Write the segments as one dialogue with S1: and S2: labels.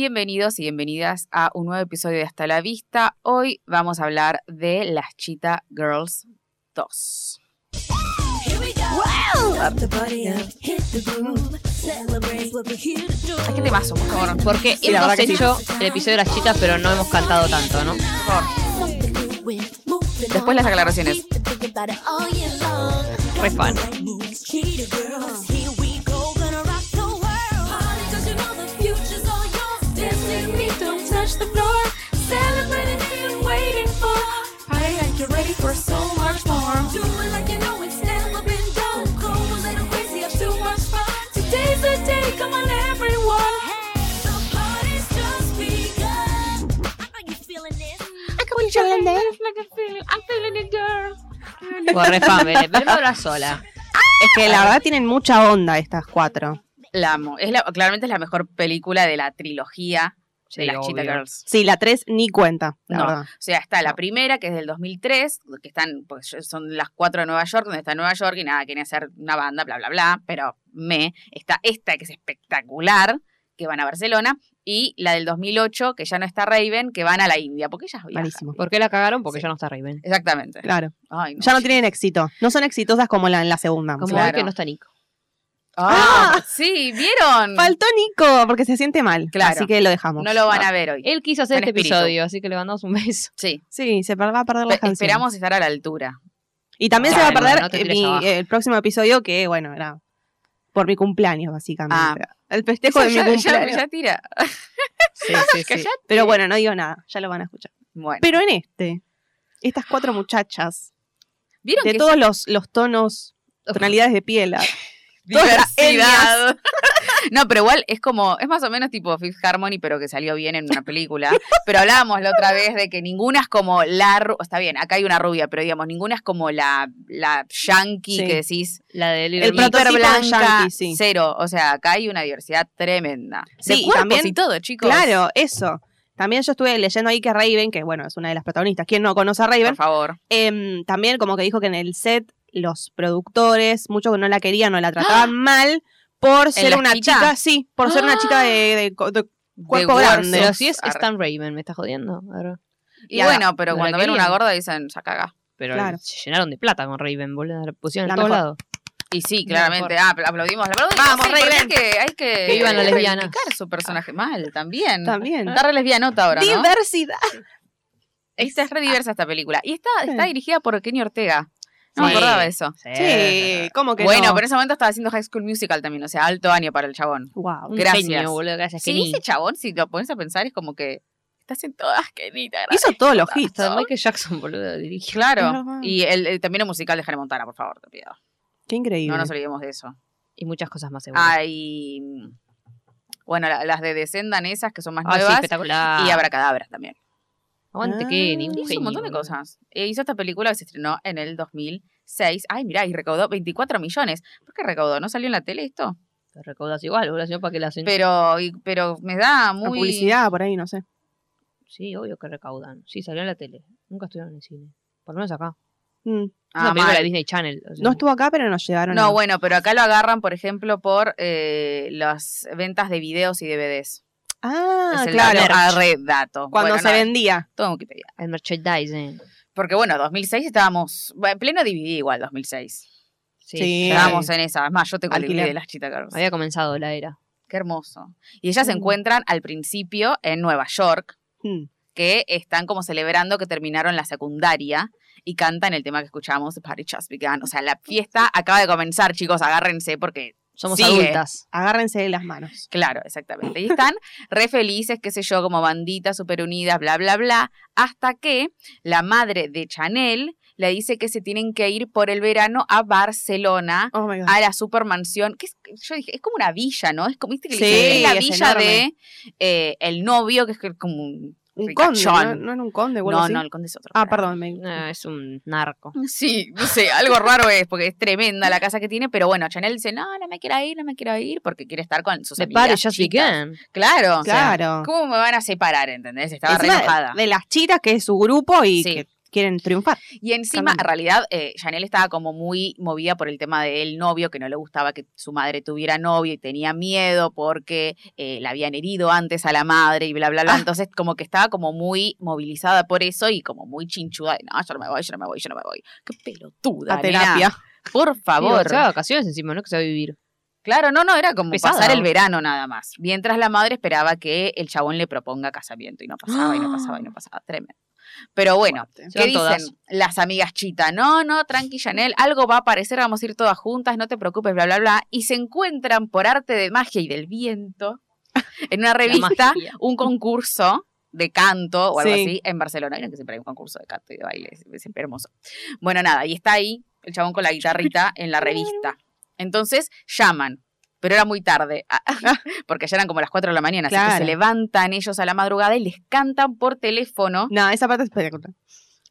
S1: Bienvenidos y bienvenidas a un nuevo episodio de Hasta la Vista. Hoy vamos a hablar de las Cheetah Girls 2. Ay, qué temazo, por favor.
S2: Porque
S3: Sí, la
S2: hemos
S3: verdad que sí.
S2: hecho el episodio de las chitas, pero no hemos cantado tanto, ¿no?
S1: Por favor. Después las aclaraciones.
S2: Re fan. Tipo, Re fan, Belén. Belén ahora sola.
S3: Es que la verdad tienen mucha onda estas cuatro.
S1: La amo. Es la- claramente es la mejor película de la trilogía de
S2: Sí,
S1: las
S2: obvio.
S1: Cheetah Girls.
S3: Sí, la tres ni cuenta, la
S1: No.
S3: verdad.
S1: O sea, está la primera, que es del 2003, que están, pues son las cuatro de Nueva York, donde está Nueva York y nada, quieren hacer una banda, bla, bla, bla, pero me. Está esta, que es espectacular, que van a Barcelona, y la del 2008, que ya no está Raven, que van a la India, porque ellas viajan.
S3: Malísimo.
S2: ¿Por qué la cagaron? Porque
S1: Sí.
S2: ya no está Raven.
S1: Exactamente.
S3: Claro.
S1: Ay, no.
S3: Ya no tienen éxito. No son exitosas como la, en la segunda.
S2: Como
S1: Claro.
S2: es que no está Nico.
S1: Ah, Sí, ¿vieron?
S3: Faltó Nico porque se siente mal.
S1: Claro.
S3: Así que lo dejamos.
S1: No lo van a ver hoy.
S2: Él quiso hacer
S1: Buen
S2: este
S1: espíritu.
S2: episodio, así que le mandamos un beso.
S1: Sí.
S3: Ah, Sí, se per- va a perder las
S1: Pe-
S3: canciones.
S1: Esperamos estar a la altura.
S3: Y también
S2: Claro,
S3: se va a perder
S2: no te
S3: eh,
S2: tires
S3: mi-
S2: abajo.
S3: el próximo episodio que, bueno, era por mi cumpleaños, básicamente. El festejo
S1: Ah. Eso
S3: de
S1: ya- ya-
S3: mi cumpleaños.
S1: ya tira.
S2: Sí, sí, sí.
S3: Pero bueno, no digo nada. Ya lo van a escuchar.
S1: Bueno.
S3: Pero en este, estas cuatro muchachas,
S1: ¿Vieron
S3: de
S1: que
S3: todos los, los tonos, tonalidades de piel, ah,
S1: diversidad. No, pero igual es como, es más o menos tipo Fifth Harmony, pero que salió bien en una película. Pero hablábamos la otra vez de que ninguna es como la, ru- está bien, acá hay una rubia, pero digamos, ninguna es como la, la yankee
S3: Sí.
S1: que decís,
S2: La de Little
S3: El
S2: Mix.
S3: proto-
S1: hiper
S3: prototipo de
S1: blanca,
S3: yankee, sí.
S1: cero. O sea, acá hay una diversidad tremenda.
S3: Sí,
S1: De
S3: y
S1: cuerpos
S3: también-
S1: y todo, chicos.
S3: Claro, eso. También yo estuve leyendo ahí que Raven, que bueno, es una de las protagonistas, quien no conoce a
S1: Por
S3: Raven,
S1: favor.
S3: em, también como que dijo que en el set los productores, muchos que no la querían o la trataban
S1: ¡Ah!
S3: mal por ser
S1: la
S3: una
S1: chica?
S3: chica, sí, por ser una chica
S1: ¡Ah!
S3: de, de co- de cuerpo
S1: huesos.
S3: grande.
S2: Pero si es
S1: Arre.
S2: Stan Raven, me está jodiendo. Ahora.
S1: Y,
S3: Y a la-
S1: bueno, pero
S2: no la
S1: cuando ven una
S2: querían.
S1: gorda dicen, ya caga.
S2: Pero
S3: Claro.
S2: se llenaron de plata con Raven, boludo. La pusieron
S3: La
S2: en todos
S3: mejor.
S2: lados.
S1: Y sí,
S2: No, por-
S1: claramente. Ah, apl- aplaudimos. la aplaudimos,
S3: Vamos,
S1: sí, porque
S3: Raven.
S1: Hay que, hay que,
S2: Que vivan las lesbianas.
S1: reivindicar su personaje mal también.
S3: También.
S1: Está re lesbianota ahora, ¿no?
S3: Diversidad.
S1: Esta es re diversa esta película. Y está, está
S3: Sí.
S1: dirigida por Kenny Ortega. No me
S2: Sí.
S1: acordaba de eso.
S3: Sí, ¿cómo que
S1: Bueno,
S3: no?
S1: pero en ese momento estaba haciendo High School Musical también, o sea, alto año para el chabón.
S3: Wow.
S2: Un
S1: Gracias.
S2: genio, boludo. Gracias,
S1: Sí,
S2: Kenny.
S1: ese chabón, si lo pones a pensar, es como que estás en todas, Ah, Kenny. te agradezco.
S3: Hizo todos los hits.
S2: Hasta Michael Jackson, boludo, dirigió.
S3: Es
S1: Claro.
S3: verdad.
S1: Y el, el- también el musical de Hannah Montana, por favor, te pido.
S3: Qué increíble.
S1: No nos olvidemos de eso.
S2: Y muchas cosas más seguras.
S1: Hay. Bueno, la- las de Descendan esas que son más
S2: Ah, sí,
S1: nuevas.
S2: espectacular.
S1: y Abracadabra también.
S2: Aguante
S3: Ah.
S2: Kenny, un
S3: Hizo
S1: Hizo
S2: genio,
S1: un montón de
S2: boludo.
S1: cosas. E hizo esta película que se estrenó en el 2006. Ay, mirá, y recaudó 24 millones. ¿Por qué recaudó? ¿No salió en la tele esto?
S2: Te recaudas igual, boludo, si no, ¿para qué la hacen?
S1: Pero, y- pero me da
S3: La
S1: muy...
S3: publicidad por ahí, no sé.
S2: Sí, obvio que recaudan. Sí, salió en la tele. Nunca estuvieron en el cine. Por lo menos acá.
S3: Mm.
S2: Es
S1: Ah,
S2: una película
S1: mal.
S2: de Disney Channel. o sea,
S3: No estuvo acá, pero nos llegaron. a-
S1: No, bueno, pero acá lo agarran, por ejemplo, por eh, las ventas de videos y DVDs.
S3: Ah,
S1: Es el
S3: claro.
S1: dato- arre, dato.
S3: Cuando
S1: Bueno,
S3: se
S1: nada,
S3: vendía.
S1: todo en Wikipedia.
S2: El merchandising.
S1: Porque bueno, 2006 estábamos... bueno, en pleno DVD igual, 2006.
S2: Sí.
S3: Sí.
S1: Estábamos en esa. Es más, yo tengo el
S3: Alquiler.
S1: DVD de las Cheetah Girls.
S2: Había comenzado la era.
S1: Qué hermoso. Y ellas se
S3: Mm.
S1: encuentran al principio en Nueva York,
S3: Mm.
S1: que están como celebrando que terminaron la secundaria y cantan el tema que escuchamos, The Party Just Began. O sea, la fiesta acaba de comenzar, chicos, agárrense porque,
S2: Somos
S1: Sigue.
S2: adultas.
S3: Agárrense de las manos.
S1: claro, exactamente. Y están re felices, qué sé yo, como banditas súper unidas, bla, bla, bla, hasta que la madre de Chanel le dice que se tienen que ir por el verano a Barcelona.
S3: Oh my God.
S1: a la supermansión, que es, yo dije, es como una villa, ¿no? Es como, viste que le
S3: Sí,
S1: dicen, es la
S3: es
S1: villa
S3: enorme.
S1: de eh, el novio, que es que- como un...
S3: Un conde,
S1: ricachón.
S3: ¿no? no era un conde, bueno,
S1: No,
S3: sí.
S1: no, el conde es otro.
S3: Ah,
S1: pará.
S3: perdón, me-
S2: No, es un narco.
S1: Sí, no sé, algo raro es, porque es tremenda la casa que tiene, pero bueno, Chanel dice, no, no me quiero ir, no me quiero ir, porque quiere estar con sus
S2: The
S1: amigas.
S2: party just
S1: chicas.
S2: began.
S1: Claro, o sea,
S3: claro.
S1: ¿cómo me van a separar, entendés? Estaba re
S3: Encima de-
S1: enojada.
S3: de las chitas, que es su grupo, y
S1: Sí.
S3: que quieren triunfar.
S1: Y encima,
S3: Camila.
S1: en realidad, eh, Chanel estaba como muy movida por el tema del novio, que no le gustaba que su madre tuviera novio y tenía miedo porque eh, la habían herido antes a la madre y bla, bla, bla. Entonces, como que estaba como muy movilizada por eso y como muy chinchuda de, no, yo no me voy, yo no me voy, yo no me voy. Qué pelotuda,
S3: a
S1: nena.
S3: terapia.
S1: Por favor.
S2: Se va de vacaciones encima, ¿no? Que se va a vivir.
S1: Claro, no, no, era como
S2: Pesada.
S1: pasar el verano nada más. Mientras la madre esperaba que el chabón le proponga casamiento y no pasaba, y no pasaba, y no pasaba. Tremendo. Pero bueno,
S2: Se
S1: ¿Qué
S2: van
S1: dicen
S2: todas.
S1: las amigas chita? No, no, tranqui Chanel, algo va a aparecer, vamos a ir todas juntas, no te preocupes, bla, bla, bla. Y se encuentran por arte de magia y del viento en una revista
S2: magia.
S1: un concurso de canto o algo
S3: Sí.
S1: así en Barcelona. Miren que siempre hay un concurso de canto y de baile, es- es siempre hermoso. Bueno, nada, y está ahí el chabón con la guitarrita en la revista. Entonces llaman. Pero era muy tarde, porque ya eran como las 4 de la mañana, así que
S3: Claro.
S1: se levantan ellos a la madrugada y les cantan por teléfono
S3: No, esa parte es espectacular.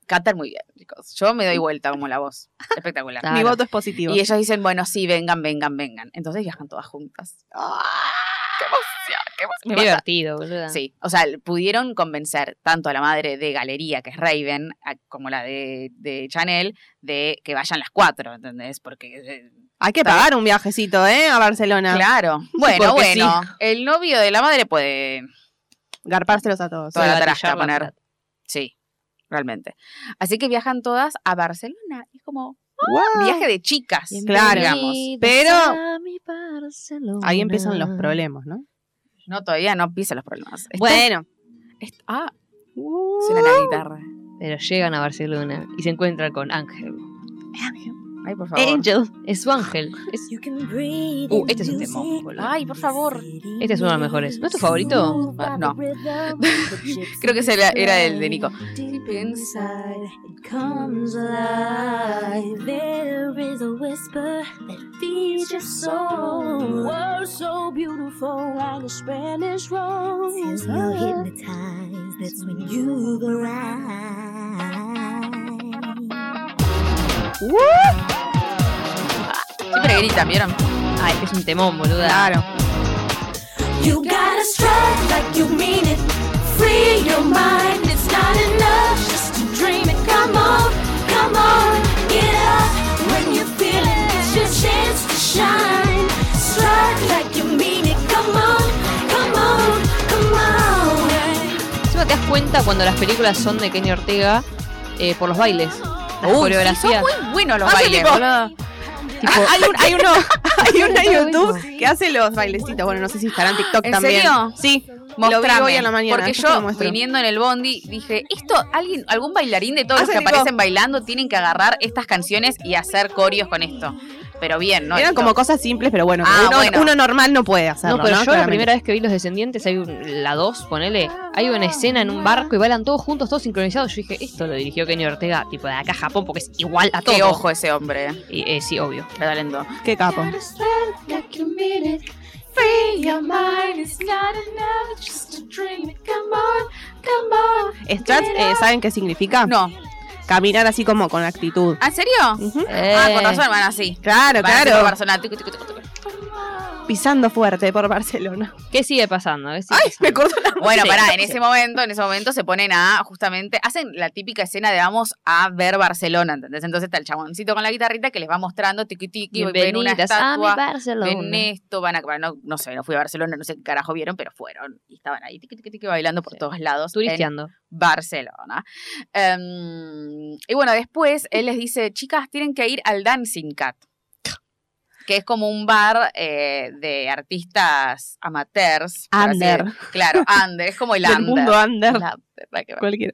S1: Cantar muy bien, chicos. Yo me doy vuelta como la voz. Espectacular.
S2: Claro.
S3: Mi voto es positivo.
S1: Y ellos dicen, bueno, sí, vengan, vengan, vengan. Entonces viajan todas juntas.
S3: Ah,
S1: ¡Qué emoción! ¡Qué emoción! Me
S2: Qué
S1: mata.
S2: divertido, boluda.
S1: Sí, o sea, pudieron convencer tanto a la madre de Galería, que es Raven, a- como la de, de Chanel, de que vayan las cuatro, ¿entendés? Porque... eh,
S3: hay que
S1: Está
S3: pagar un viajecito, ¿eh? A Barcelona.
S1: claro. Bueno,
S2: porque Ah. sí.
S1: bueno. El novio de la madre puede...
S3: Garpárselos a todos.
S1: Toda la
S2: Gatillar
S1: tarasca
S2: la
S1: poner.
S2: plata.
S1: Sí, realmente. Así que viajan todas a Barcelona. Es como
S3: Wow.
S1: viaje de chicas,
S3: Claro.
S1: digamos.
S3: Pero-
S2: A mi Barcelona.
S3: Ahí empiezan los problemas, ¿no?
S1: No, todavía no pisa los problemas.
S2: Este
S1: Está-
S3: Bueno.
S1: está- ah, suena la guitarra.
S2: Pero llegan a Barcelona y se encuentran con Ángel.
S1: Ay, por favor.
S3: Angel.
S2: Es su ángel. Es...
S4: Uh, este es un temón, boludo.
S1: Ay, por favor.
S4: Este es uno de los mejores. ¿No es tu favorito?
S1: Ah, no.
S4: No. Creo que ese era, era el de Nico.
S1: Siempre gritan, ¿vieron?
S2: Ay, es un temón, boluda.
S3: Claro.
S4: You gotta strive like you mean it. Free your mind, it's not enough just to dream it. Come on, come on, get up when you feel it. It's your chance to shine. Strive like you mean it. Come on, come on, come on.
S2: Encima te das cuenta cuando las películas son de Kenny Ortega eh, por los bailes. Las
S1: Uy, sí, son
S2: coreografías.
S1: muy buenos los
S2: Hace
S1: bailes,
S2: tipo-
S1: boludo.
S3: Ah, hay, un- hay uno, hay uno en
S2: Todo
S3: YouTube que hace los bailecitos. Bueno, no sé si estará en TikTok
S1: ¿En
S3: también.
S1: serio?
S3: Sí. Lo vi
S1: Mostrame,
S3: hoy a la mañana.
S1: Porque
S3: después te lo
S1: yo,
S3: muestro.
S1: viniendo en el bondi, dije, esto, alguien, algún bailarín de todos los que
S3: Hace tipo-
S1: aparecen bailando tienen que agarrar estas canciones y hacer corios con esto. Pero bien, ¿no?
S3: Eran
S1: Esto-
S3: como cosas simples, pero bueno,
S1: Ah,
S3: uno,
S1: bueno.
S3: uno normal no puede hacerlo.
S2: No, pero yo la
S3: Claramente.
S2: primera vez que vi Los Descendientes, hay un- la 2, ponele, hay una escena en un barco y bailan todos juntos, todos sincronizados. Yo dije, esto lo dirigió Kenny Ortega, tipo de acá a Japón, porque es igual a todo.
S1: Qué ojo ese hombre.
S2: Y, eh, sí, obvio.
S1: Me da lento.
S3: Qué capo.
S4: Gotta strive like you mean it. Free your mind, it's not enough just to dream it. Come on, come on.
S3: Strats, eh, ¿saben qué significa?
S1: No.
S3: Caminar así como con actitud.
S1: ¿Ah, ¿En serio?
S3: Ujú.
S1: Ah,
S2: Eh,
S1: con razón, van así.
S3: Claro,
S1: Van así
S3: claro.
S1: por Barcelona. Tucu, tucu, tucu, tucu.
S3: Pisando fuerte por Barcelona.
S2: ¿Qué sigue pasando? ¿Qué sigue pasando?
S3: Me cortó la
S1: Bueno,
S2: Sí,
S1: pará, en
S2: sí.
S1: ese momento, en ese momento se ponen a, justamente, hacen la típica escena de vamos a ver Barcelona, ¿entendés? Entonces está el chaboncito con la guitarrita que les va mostrando tiqui tiqui, ven una
S2: Bienvenidas a mi
S1: estatua, ven
S2: Barcelona.
S1: esto, van a, bueno, no, no sé, no fui a Barcelona, no sé qué carajo vieron, pero fueron y estaban ahí tiqui tiqui tiqui bailando por
S2: Sí.
S1: todos lados. en
S2: Turisteando.
S1: Barcelona. Em, y bueno, después él les dice, chicas, tienen que ir al Dancing Cat, que es como un bar eh, de artistas amateurs. por así
S3: Under.
S1: de- Claro, under, es como el
S3: Del
S1: under.
S3: mundo under.
S1: La perra que va.
S3: Cualquiera.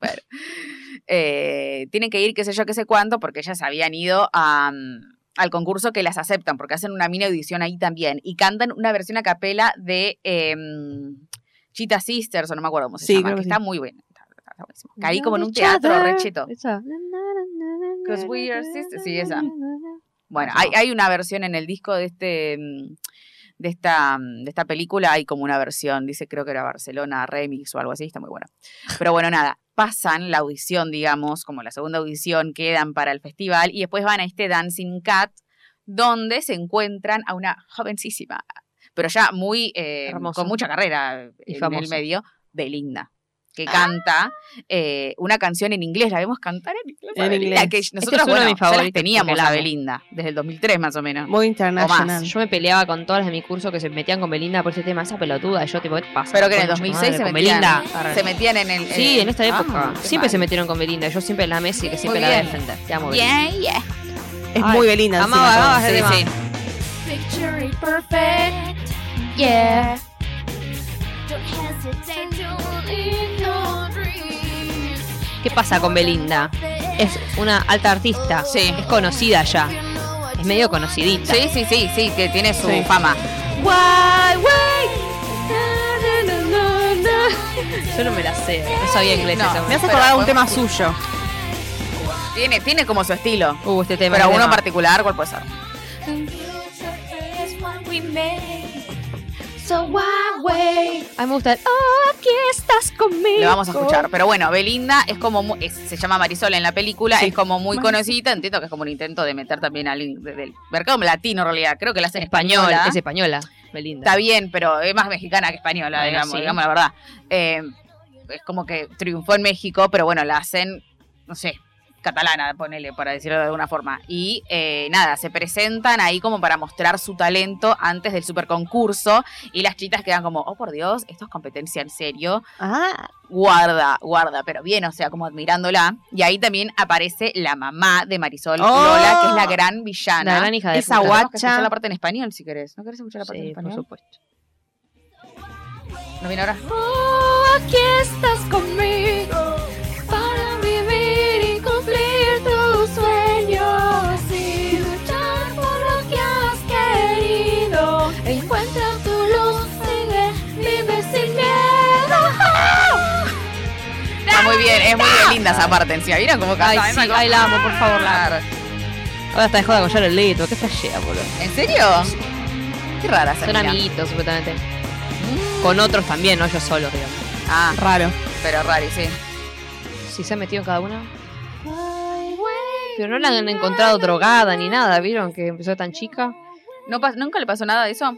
S1: Eh, tienen que ir, qué sé yo, qué sé cuánto, porque ellas habían ido a, mm, al concurso que las aceptan, porque hacen una mini audición ahí también, y cantan una versión a capela de em, Cheetah Sisters, o no me acuerdo cómo se
S3: Sí,
S1: llama,
S3: creo
S1: que
S3: que
S1: está
S3: sí.
S1: muy bien. está- está- está buenísimo. Caí como en un teatro recheto.
S2: Esa.
S1: 'Cause we are sisters. Sí, esa. Bueno, hay, hay una versión en el disco de este mm, de esta, mm, de esta película, hay como una versión, dice creo que era Barcelona Remix o algo así, está muy buena. Pero bueno, nada, pasan la audición, digamos, como la segunda audición, quedan para el festival y después van a este Dancing Cat, donde se encuentran a una jovencísima, pero ya muy, eh,
S2: Hermosa.
S1: con mucha carrera
S2: Y
S1: en el
S2: famosa. Ah.
S1: medio, Belinda. que canta eh, una canción en inglés. La vemos cantar en inglés. a
S3: En
S1: Belinda,
S3: inglés.
S1: que
S3: Este
S1: nosotros,
S2: es uno de
S1: bueno,
S2: mis
S1: ya las
S2: favoritos,
S1: teníamos
S2: porque la
S1: a
S2: amo.
S1: Belinda, desde el 2003 más o menos.
S3: Muy internacional.
S2: Yo me peleaba con todas las de mi curso que se metían con Belinda por ese tema, esa pelotuda. y Yo, tipo, ¿qué te pasa?
S1: Pero que en el
S2: Concha tu
S1: 2006
S2: madre,
S1: se
S2: con
S1: metían, Ah,
S2: Belinda.
S1: se metían en el...
S2: Sí,
S1: eh,
S2: en esta época.
S1: ah, qué
S2: siempre se
S1: mal.
S2: metieron con Belinda. Yo siempre la amé, sí, que siempre
S1: Muy
S2: la voy a
S1: bien.
S2: defender. Te amo, Belinda.
S1: Yeah, yeah.
S3: Es
S2: Ay,
S3: muy Belinda. encima
S2: amaba,
S3: todo.
S2: amaba ese
S1: Sí,
S2: tema.
S1: sí.
S4: Picture it perfect, yeah. Don't hesitate to leave your dreams.
S2: ¿Qué pasa con Belinda? Es una alta artista.
S1: Sí.
S2: Es conocida ya. Es medio conocidita.
S1: Sí, sí, sí, sí, que tiene su
S3: Sí.
S1: fama.
S4: Why wait? Na, na, na, na.
S2: Yo no me la sé. No sabía inglés.
S1: No.
S2: en ese
S3: Me hace
S1: Pero
S2: momento.
S3: acordar un tema
S1: podemos-
S3: suyo.
S1: Tiene, tiene como su estilo.
S2: Uh, este tema.
S1: Pero
S2: este
S1: uno
S2: tema.
S1: particular, ¿cuál puede ser?
S4: The future is what we make. So why wait?
S2: A mí me gusta el, "Oh, aquí estás conmigo.
S1: Lo vamos a escuchar. Pero bueno, Belinda es como. mu- es- se llama Marisol en la película, es como muy conocida. Entiendo que es como un intento de meter también a alguien de- del mercado latino, en realidad. Creo que la hacen
S2: Español,
S1: española.
S2: es española. Belinda.
S1: Está bien, pero es más mexicana que española,
S2: Bueno,
S1: digamos,
S2: sí.
S1: digamos la verdad. Eh, es como que triunfó en México, pero bueno, la hacen, no sé, catalana, ponele, para decirlo de alguna forma. Y eh, nada, se presentan ahí como para mostrar su talento antes del super concurso y las chitas quedan como, oh por Dios, esto es competencia en serio,
S3: Ah,
S1: guarda, guarda, pero bien, o sea, como admirándola. Y ahí también aparece la mamá de Marisol,
S3: Oh.
S1: Lola, que es la gran villana.
S2: La gran hija de
S3: Esa
S2: puta.
S3: guapa
S1: Tenemos que escuchar
S3: Guacha.
S1: la parte en español si querés. ¿No querés escuchar la parte en
S2: Sí, por
S1: español?
S2: supuesto.
S1: ¿No viene ahora?
S4: Oh, aquí estás conmigo para vivir y cumplir tus sueños y luchar por lo que has querido. Encuentra tu luz, sigue, vive sin miedo.
S1: Está muy bien, es muy bien linda esa parte encima. ¿Vieron cómo canta?
S2: Ay, sí,
S1: Esa cosa-
S2: ay, la amo, por favor, la amo. Ahora está dejada con Jared Leto. Qué flashea, boludo.
S1: ¿En serio? Qué rara esa
S2: Son
S1: mina.
S2: amiguitos, supuestamente. Con otros también, no yo solo, digamos.
S1: Ah,
S3: raro.
S1: pero rari, sí.
S2: Si se ha metido en cada una. Pero no la han encontrado drogada ni nada, ¿vieron? Que empezó tan chica.
S1: ¿No pas- ¿Nunca le pasó nada de eso?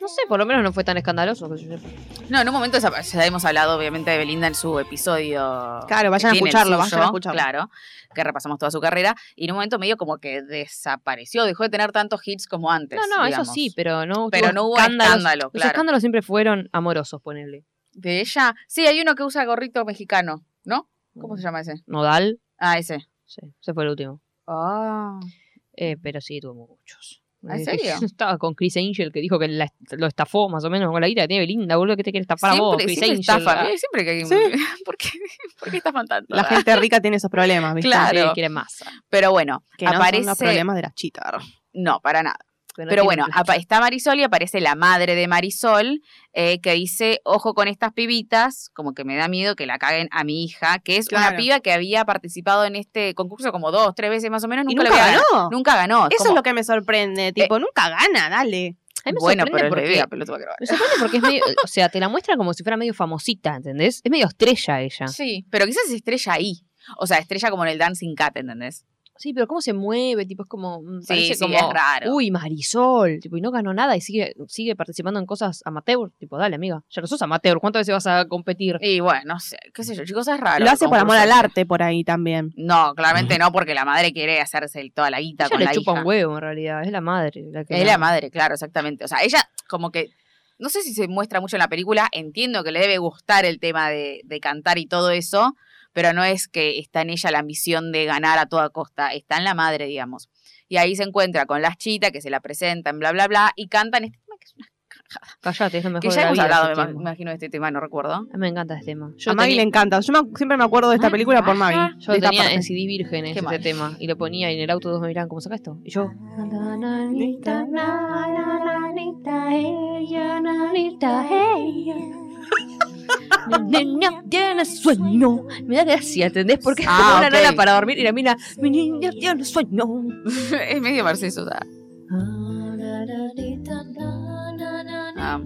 S2: No sé, por lo menos no fue tan escandaloso. pues, que yo sepa.
S1: No, en un momento desapa- ya hemos hablado obviamente de Belinda en su episodio.
S3: Claro, vayan a
S1: que tiene el
S3: escucharlo, vayan a escucharlo.
S1: Claro, que repasamos toda su carrera. Y en un momento medio como que desapareció, dejó de tener tantos hits como antes.
S2: No, no,
S1: digamos.
S2: eso sí, pero no
S1: Pero no hubo escándalo,
S2: Los
S1: claro.
S2: escándalos siempre fueron amorosos, ponele.
S1: De ella, sí, hay uno que usa gorrito mexicano, ¿no? ¿Cómo se llama ese?
S2: Nodal,
S1: Ah, ese.
S2: sí, ese fue el último.
S1: Ah.
S2: Eh, pero sí, tuvo muchos.
S1: ¿En
S2: Eh,
S1: serio?
S2: Estaba con Chris Angel, que dijo que la- lo estafó más o menos con la guita que tiene Belinda, boludo, que te quiere estafar a vos,
S1: Siempre,
S2: Chris
S1: siempre
S2: Angel.
S1: estafa,
S2: ah,
S1: ¿eh? siempre que hay un... ¿Por, qué, ¿Por qué estafan tanto?
S3: La gente rica tiene esos problemas, ¿viste?
S1: Claro.
S2: sí, quiere más.
S1: Pero bueno,
S3: Que no
S1: aparece...
S3: son los problemas de las chitar.
S1: No, para nada.
S2: que no
S1: Pero
S2: tiene
S1: bueno,
S2: plata.
S1: apa- está Marisol y aparece la madre de Marisol eh, que dice, ojo con estas pibitas, como que me da miedo que la caguen a mi hija, que es una
S3: Claro.
S1: piba que había participado en este concurso como dos, tres veces más o menos,
S3: Y
S1: nunca,
S3: nunca
S1: lo había
S3: ganó.
S1: ganado. Nunca Eh, ganó.
S3: Eso es lo que me sorprende. Tipo, nunca gana, dale.
S2: A mí me
S1: Bueno,
S2: sorprende
S1: pero el
S2: porque-
S1: bebé, la pelotuda que lo gana.
S2: Me sorprende porque es medio, o sea, te la muestra como si fuera medio famosita, ¿entendés? Es medio estrella ella.
S1: Sí, pero quizás es estrella ahí. O sea, estrella como en el Dancing Cat, ¿entendés?
S2: Sí, pero cómo se mueve, tipo, es como. mm,
S1: Sí,
S2: parece
S1: sí,
S2: como,
S1: es raro.
S2: Uy, Marisol, tipo, y no ganó nada y sigue, sigue participando en cosas amateur. Tipo, dale, amiga, ya no sos amateur, ¿cuántas veces vas a competir?
S1: Y bueno, no sé, qué sé yo, chicos, es raro.
S3: Lo hace
S1: el
S3: por amor
S1: concurso
S3: al
S1: este.
S3: arte por ahí también.
S1: No, claramente no, porque la madre quiere hacerse el- toda la guita
S2: Ella
S1: con
S2: le
S1: la
S2: chupa
S1: hija.
S2: un huevo, en realidad, es la madre. La que
S1: Es la madre, claro, exactamente. O sea, ella como que, no sé si se muestra mucho en la película, entiendo que le debe gustar el tema de, de cantar y todo eso, pero no es que está en ella la ambición de ganar a toda costa, está en la madre, digamos. Y ahí se encuentra con las chitas que se la presentan, bla, bla, bla, y cantan este tema que es una...
S2: Callate, es lo mejor
S1: Que
S2: de
S1: ya
S2: la
S1: hemos
S2: vida
S1: hablado, me
S2: este
S1: ma- me
S2: tema.
S1: imagino, de este tema, no recuerdo.
S2: A mí me encanta este tema. Yo
S3: a Maggie
S2: tenía-
S3: le encanta. Yo me- siempre me acuerdo de
S1: Ah,
S3: esta película por Maggie.
S2: Yo
S3: de
S2: lo
S3: esta
S2: tenía
S3: parte.
S2: en CD vírgenes
S1: Qué
S2: este
S1: mal.
S2: tema y lo ponía y en el auto todos me miraban cómo saca esto. Y yo,
S4: Nanita, na, na, nanita, ella, nanita, ella.
S1: Ah,
S2: niña tiene sueño. Me da gracia, ¿entendés? Porque es como
S1: Ah,
S2: una
S1: ok.
S2: regla para dormir y la mina, mi niña tiene sueño.
S1: es medio Mercedes Sosa. Ah.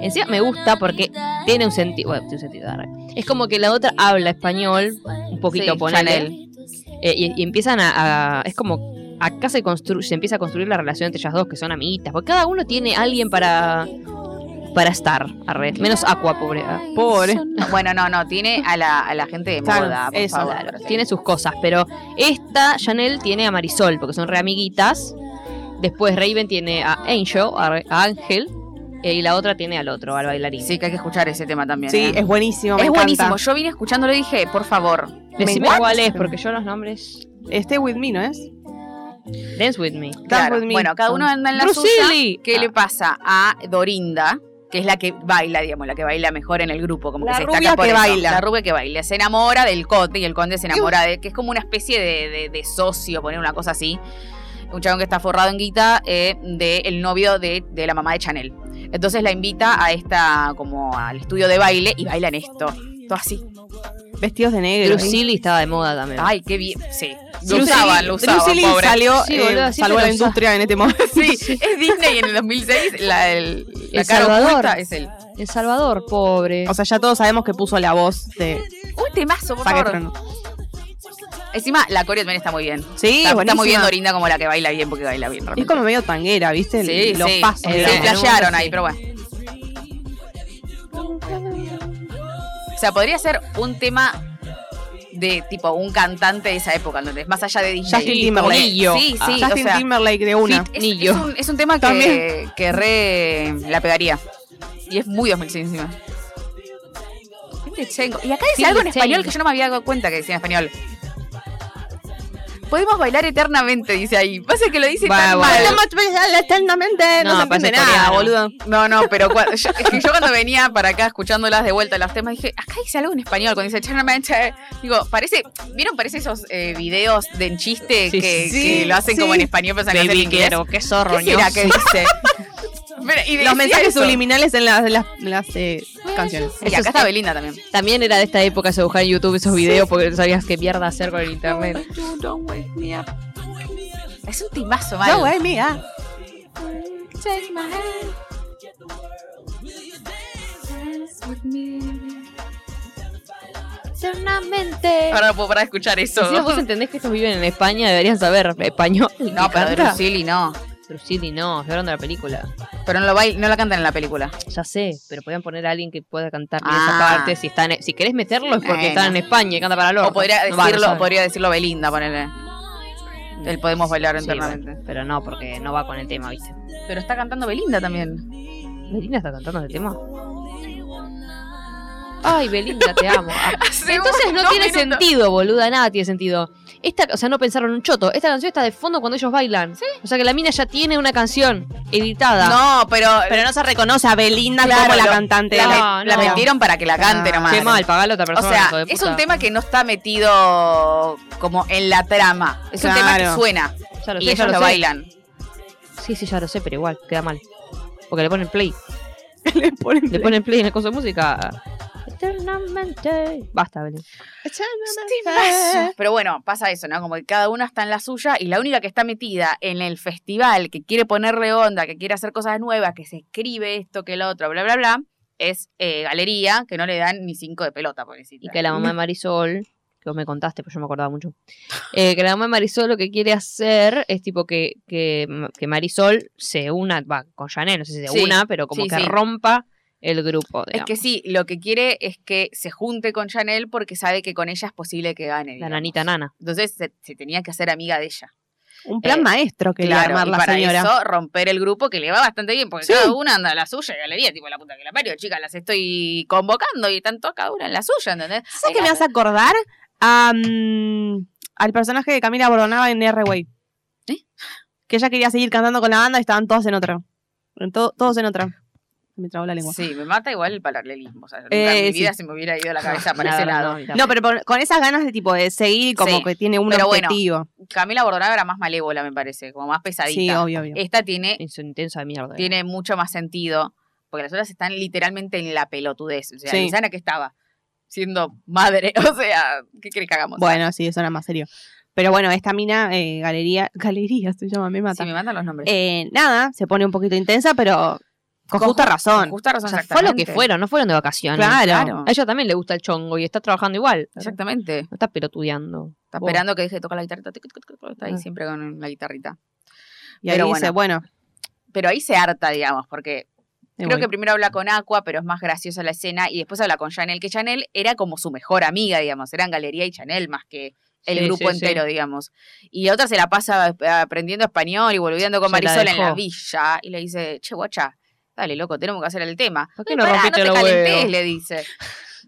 S4: Encima me gusta porque
S2: Tiene un sentido, bueno, tiene un sentido. arre. Es como que la otra habla español, un poquito
S1: Sí,
S2: ponele.
S1: Chanel.
S2: Eh, y, y empiezan a, a- Es como. Acá se, constru- se empieza a construir la relación entre ellas dos, que son amiguitas. Porque cada uno tiene alguien para. para estar. Arre. Menos Aqua, pobre. ah.
S3: Pobre.
S1: No, Bueno, no, no, tiene a la, a la gente de
S3: Claro,
S1: moda, por
S3: eso,
S1: favor.
S2: Claro,
S1: Sí.
S2: tiene sus cosas, pero esta Chanel tiene a Marisol, porque son re amiguitas. Después Raven tiene a Angel, a a Ángel, eh, y la otra tiene al otro, al bailarín.
S1: Sí, que hay que escuchar ese tema también.
S3: Sí,
S1: ¿eh?
S3: es buenísimo.
S1: Es
S3: me
S1: buenísimo.
S3: encanta.
S1: Yo vine escuchándolo y dije, por favor.
S2: Decime
S3: ¿What?
S2: cuál es, porque yo los nombres.
S3: Este With Me, ¿no es?
S2: Dance with me.
S1: Claro.
S3: with me.
S1: Bueno, cada uno anda en la
S2: Bruce
S1: suya.
S2: Lee.
S1: ¿Qué
S2: Ah.
S1: le pasa a Dorinda? Que es la que baila, digamos, la que baila mejor en el grupo, como
S3: La
S1: que se
S3: rubia
S1: destaca por
S3: que
S1: eso.
S3: baila.
S1: La rubia que baila. Se enamora del conde y el conde se enamora de. que es como una especie de, de- de socio, poner una cosa así. Un chabón que está forrado en guita eh, del novio de, de la mamá de Chanel. Entonces la invita a esta, como al estudio de baile y bailan esto. Todo así.
S3: Vestidos de negro. ¿eh?
S2: Bruce Lee estaba de moda también.
S1: Ay, qué bien. Sí. Lo
S3: Bruce
S1: usaban,
S3: Lee-
S1: lo usaban.
S3: Bruce Lee
S1: pobre.
S3: salió,
S2: Sí,
S3: eh,
S2: boludo, siempre
S3: salvó a
S2: lo
S3: la
S2: usa.
S3: industria en este momento.
S1: Sí, es Disney y en el 2006 la, el, la
S2: El
S1: cara
S2: Salvador.
S1: oculta es el
S2: El Salvador, pobre.
S3: O sea, ya todos sabemos que puso la voz de
S1: Un temazo, por
S3: Zac
S1: favor.
S3: Efron.
S1: Encima, la coreo también está muy bien.
S3: Sí,
S1: está, está muy bien
S3: buenísima.
S1: Dorinda como la que baila bien, porque baila bien.
S3: Es
S1: realmente.
S3: como medio tanguera, ¿viste? El-
S1: sí,
S3: Los
S1: sí.
S3: pasos.
S1: Se
S2: de la-
S3: digamos.
S1: flashearon ahí,
S2: Sí.
S1: pero bueno. O sea, podría ser un tema de tipo un cantante de esa época, ¿entendés? Más allá de Disney.
S3: Justin
S1: Sí,
S3: Timberlake. Ah.
S1: como que- Sí, sí,
S3: Justin
S1: o sea,
S3: Timberlake de una.
S1: fit, es,
S2: Ni yo.
S1: es un, es un tema que,
S3: También.
S1: que re la pegaría. Y es muy 2006 encima. Gente chengo. Y acá dice
S2: Gente
S1: algo en español
S2: chengo.
S1: que yo no me había dado cuenta que decía en español. Podemos bailar eternamente, dice ahí. Pasa que lo dice
S2: Va,
S1: tan
S2: va.
S1: mal.
S3: Estamos pensando eternamente,
S2: No,
S3: no se entiende
S2: parece
S3: nada,
S2: coreano.
S3: boludo.
S1: No, no, pero cua- yo, es que yo cuando venía para acá escuchándolas de vuelta los temas, dije, acá dice algo en español, cuando dice eternamente. Digo, parece, ¿vieron? Parece esos eh, videos de enchiste
S2: Sí,
S1: que,
S3: sí,
S1: que lo hacen
S3: sí.
S1: como en español, pero se lo hacen en
S2: Baby,
S1: inglés.
S2: quiero, qué zorro.
S1: ¿Qué será que dice? Pero- y decía
S3: Los mensajes
S1: eso.
S3: subliminales en las, en las, en las, eh, canciones.
S1: Y acá está Belinda también.
S2: También era de esta época se buscar en YouTube esos videos porque no sabías qué mierda hacer con el internet.
S1: Es un timazo,
S3: No,
S1: mal.
S3: güey, eh, mira.
S2: Eternamente.
S1: Ahora no puedo parar de escuchar eso.
S2: Si vos entendés que estos viven en España, deberían saber español.
S1: No, pero de
S2: Brusilli.
S1: Lucili no.
S2: Brusilli no, estoy hablando de la película.
S1: Pero no, lo bail- no la cantan en la película.
S2: Ya sé, pero podían poner a alguien que pueda cantar bien
S1: Ah.
S2: esa parte. Si, están, e, si querés meterlo es porque
S1: Bueno.
S2: están en España y canta para los.
S1: O podría decirlo, podría decirlo Belinda, ponele. El podemos bailar eternamente.
S2: pero no, porque no va con el tema, ¿viste?
S1: Pero está cantando Belinda también.
S2: ¿Belinda está cantando ese tema? Ay, Belinda, te amo. Ah, Entonces no tiene sentido, boluda, nada tiene sentido. Esta, o sea, no pensaron un choto. Esta canción está de fondo cuando ellos bailan. O sea que la mina ya tiene una canción editada.
S1: No, pero,
S3: Pero no se reconoce a Belinda
S1: Claro,
S3: como la
S1: lo-
S3: cantante.
S1: la,
S2: no,
S1: me- la
S2: no.
S1: metieron para que la cante
S3: Ah,
S1: nomás.
S2: Qué mal, pagalo a otra
S1: O
S2: persona.
S1: sea,
S2: hijo de
S1: es
S2: puta.
S1: un tema que no está metido como en la trama. Es un tema que
S3: Claro.
S1: suena
S2: Ya lo
S1: y
S2: sé, ya
S1: ellos
S2: lo
S1: lo,
S2: sé.
S1: bailan.
S2: Sí, sí, ya lo sé, pero igual, queda mal. Porque le ponen play.
S3: Le ponen-
S2: Le ponen play en el coso de música. Eternamente. Basta, Belén.
S1: Pero bueno, pasa eso, ¿no? Como que cada una está en la suya y la única que está metida en el festival, que quiere ponerle onda, que quiere hacer cosas nuevas, que se escribe esto, que lo otro, bla, bla, bla, es eh, Galería, que no le dan ni cinco de pelota, pobrecita.
S2: Y que la mamá de Marisol, que vos me contaste, pues yo me acordaba mucho, eh, que la mamá de Marisol lo que quiere hacer es tipo que, que, que Marisol se una, va, con Janel, no sé si se
S1: Sí,
S2: una, pero como
S1: sí,
S2: que
S1: sí.
S2: rompa el grupo.
S1: Es
S2: digamos.
S1: que sí, lo que quiere es que se junte con Chanel porque sabe que con ella es posible que gane.
S2: la
S1: digamos.
S2: nanita nana.
S1: Entonces se, se tenía que hacer amiga de ella.
S3: Un plan
S1: Eh,
S3: maestro que le armar
S1: y
S3: la
S1: para
S3: señora.
S1: eso romper el grupo que le va bastante bien, porque
S3: Sí.
S1: cada una anda a la suya y galería, tipo la puta que la parió, chicas, las estoy convocando y tanto cada una en la suya, ¿entendés?
S3: ¿Sabes qué me hace acordar? A, mm, al personaje de Camila Bordonaba en R-Way.
S1: ¿Eh?
S3: Que ella quería seguir cantando con la banda y estaban todos en otra. En to- todos en otra. Me trabó la lengua.
S1: Sí, me mata igual el paralelismo. O sea, nunca
S3: Eh,
S1: en mi
S3: sí.
S1: vida se me hubiera ido la cabeza para
S2: La
S1: ese
S2: verdad,
S1: lado.
S2: no, mira.
S3: No, pero por- con esas ganas de tipo de seguir como
S1: Sí,
S3: que tiene un
S1: pero bueno,
S3: objetivo.
S1: Camila Bordonaba era más malévola, me parece, como más
S3: sí,
S1: pesadita.
S3: obvio, obvio.
S1: Esta tiene
S2: Es un intenso de mierda.
S1: tiene mucho más sentido, porque las otras están literalmente en la pelotudez. O sea,
S3: Sí.
S1: Lisana que estaba siendo madre, o sea, ¿qué crees que hagamos?
S3: Bueno, sí, eso era más serio. Pero bueno, esta mina, eh, galería, galería se llama, me
S1: si
S3: mata.
S1: me mandan los nombres.
S3: Eh, nada, se pone un poquito intensa, pero con,
S1: Con
S3: justa
S1: ju-
S3: razón.
S1: Con justa razón,
S2: O sea, fue lo que
S1: exactamente.
S2: fueron, no fueron de vacaciones.
S3: Claro.
S1: Claro.
S2: A ella también le gusta el chongo y está trabajando igual.
S1: Exactamente.
S2: No está pelotudeando.
S1: Está
S2: Vos.
S1: esperando que deje de tocar la guitarrita. tic, tic, tic, tic, Está ahí
S2: Ah.
S1: siempre con la guitarrita.
S3: y ahí
S1: pero
S3: dice, bueno,
S1: Pero ahí se harta, digamos, porque
S3: De
S1: Creo que
S3: vuelta.
S1: primero habla con Aqua, pero es más graciosa la escena, y después habla con Chanel, que Chanel era como su mejor amiga, digamos, eran Galería y Chanel más que el
S2: Sí,
S1: grupo
S2: sí, sí.
S1: entero, digamos. Y la otra se la pasa eh, aprendiendo español y volviendo con
S2: Se la
S1: Marisol en la
S2: dejó.
S1: villa, y le dice, che, guacha, dale, loco, tenemos que hacer el tema.
S2: ¿Por qué
S1: "Eh,
S2: no
S1: pará,
S2: rompiste
S1: te
S2: los huevos?"
S1: calentes", le dice.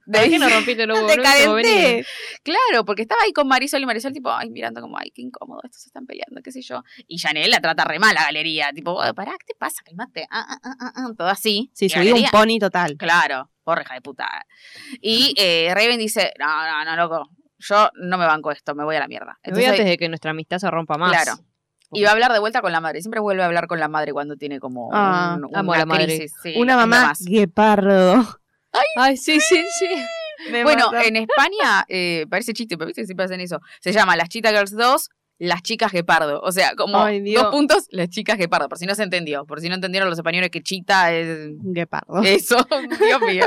S2: ¿Por qué no rompiste los
S1: No
S2: huevos?
S1: te
S2: No estuvo venido.
S1: calenté. Claro, porque estaba ahí con Marisol y Marisol, tipo, ay, mirando como, ay, qué incómodo, estos se están peleando, qué sé yo. Y Chanel la trata re mal la galería, tipo, "Oh, pará, ¿qué te pasa? Calmate, ah, ah, ah, ah, ah", todo así.
S3: Sí,
S1: Y
S3: subí un
S1: Galería,
S3: pony total.
S1: Claro, porra, hija de puta. Y eh, Raven dice, no, no, no, loco, yo no me banco esto, me voy a la mierda.
S2: Me voy antes
S1: Entonces,
S2: de que nuestra amistad se rompa más.
S1: Claro. y va a hablar de vuelta con la madre, siempre vuelve a hablar con la madre cuando tiene como
S3: Ah,
S1: un-
S2: amo a
S1: una
S2: la madre.
S1: crisis. sí,
S3: Una
S1: es lo
S3: mamá
S1: más.
S3: guepardo.
S2: Ay, sí, sí, sí.
S1: Bueno, en España, eh, parece chiste, pero viste que siempre hacen eso. Se llama Las Cheetah Girls 2, Las Chicas Gepardo. O sea, como
S3: Ay, Dios.
S1: dos puntos, Las Chicas Gepardo. Por si no se entendió, por si no entendieron los españoles que chita es
S3: guepardo.
S1: eso. Dios mío.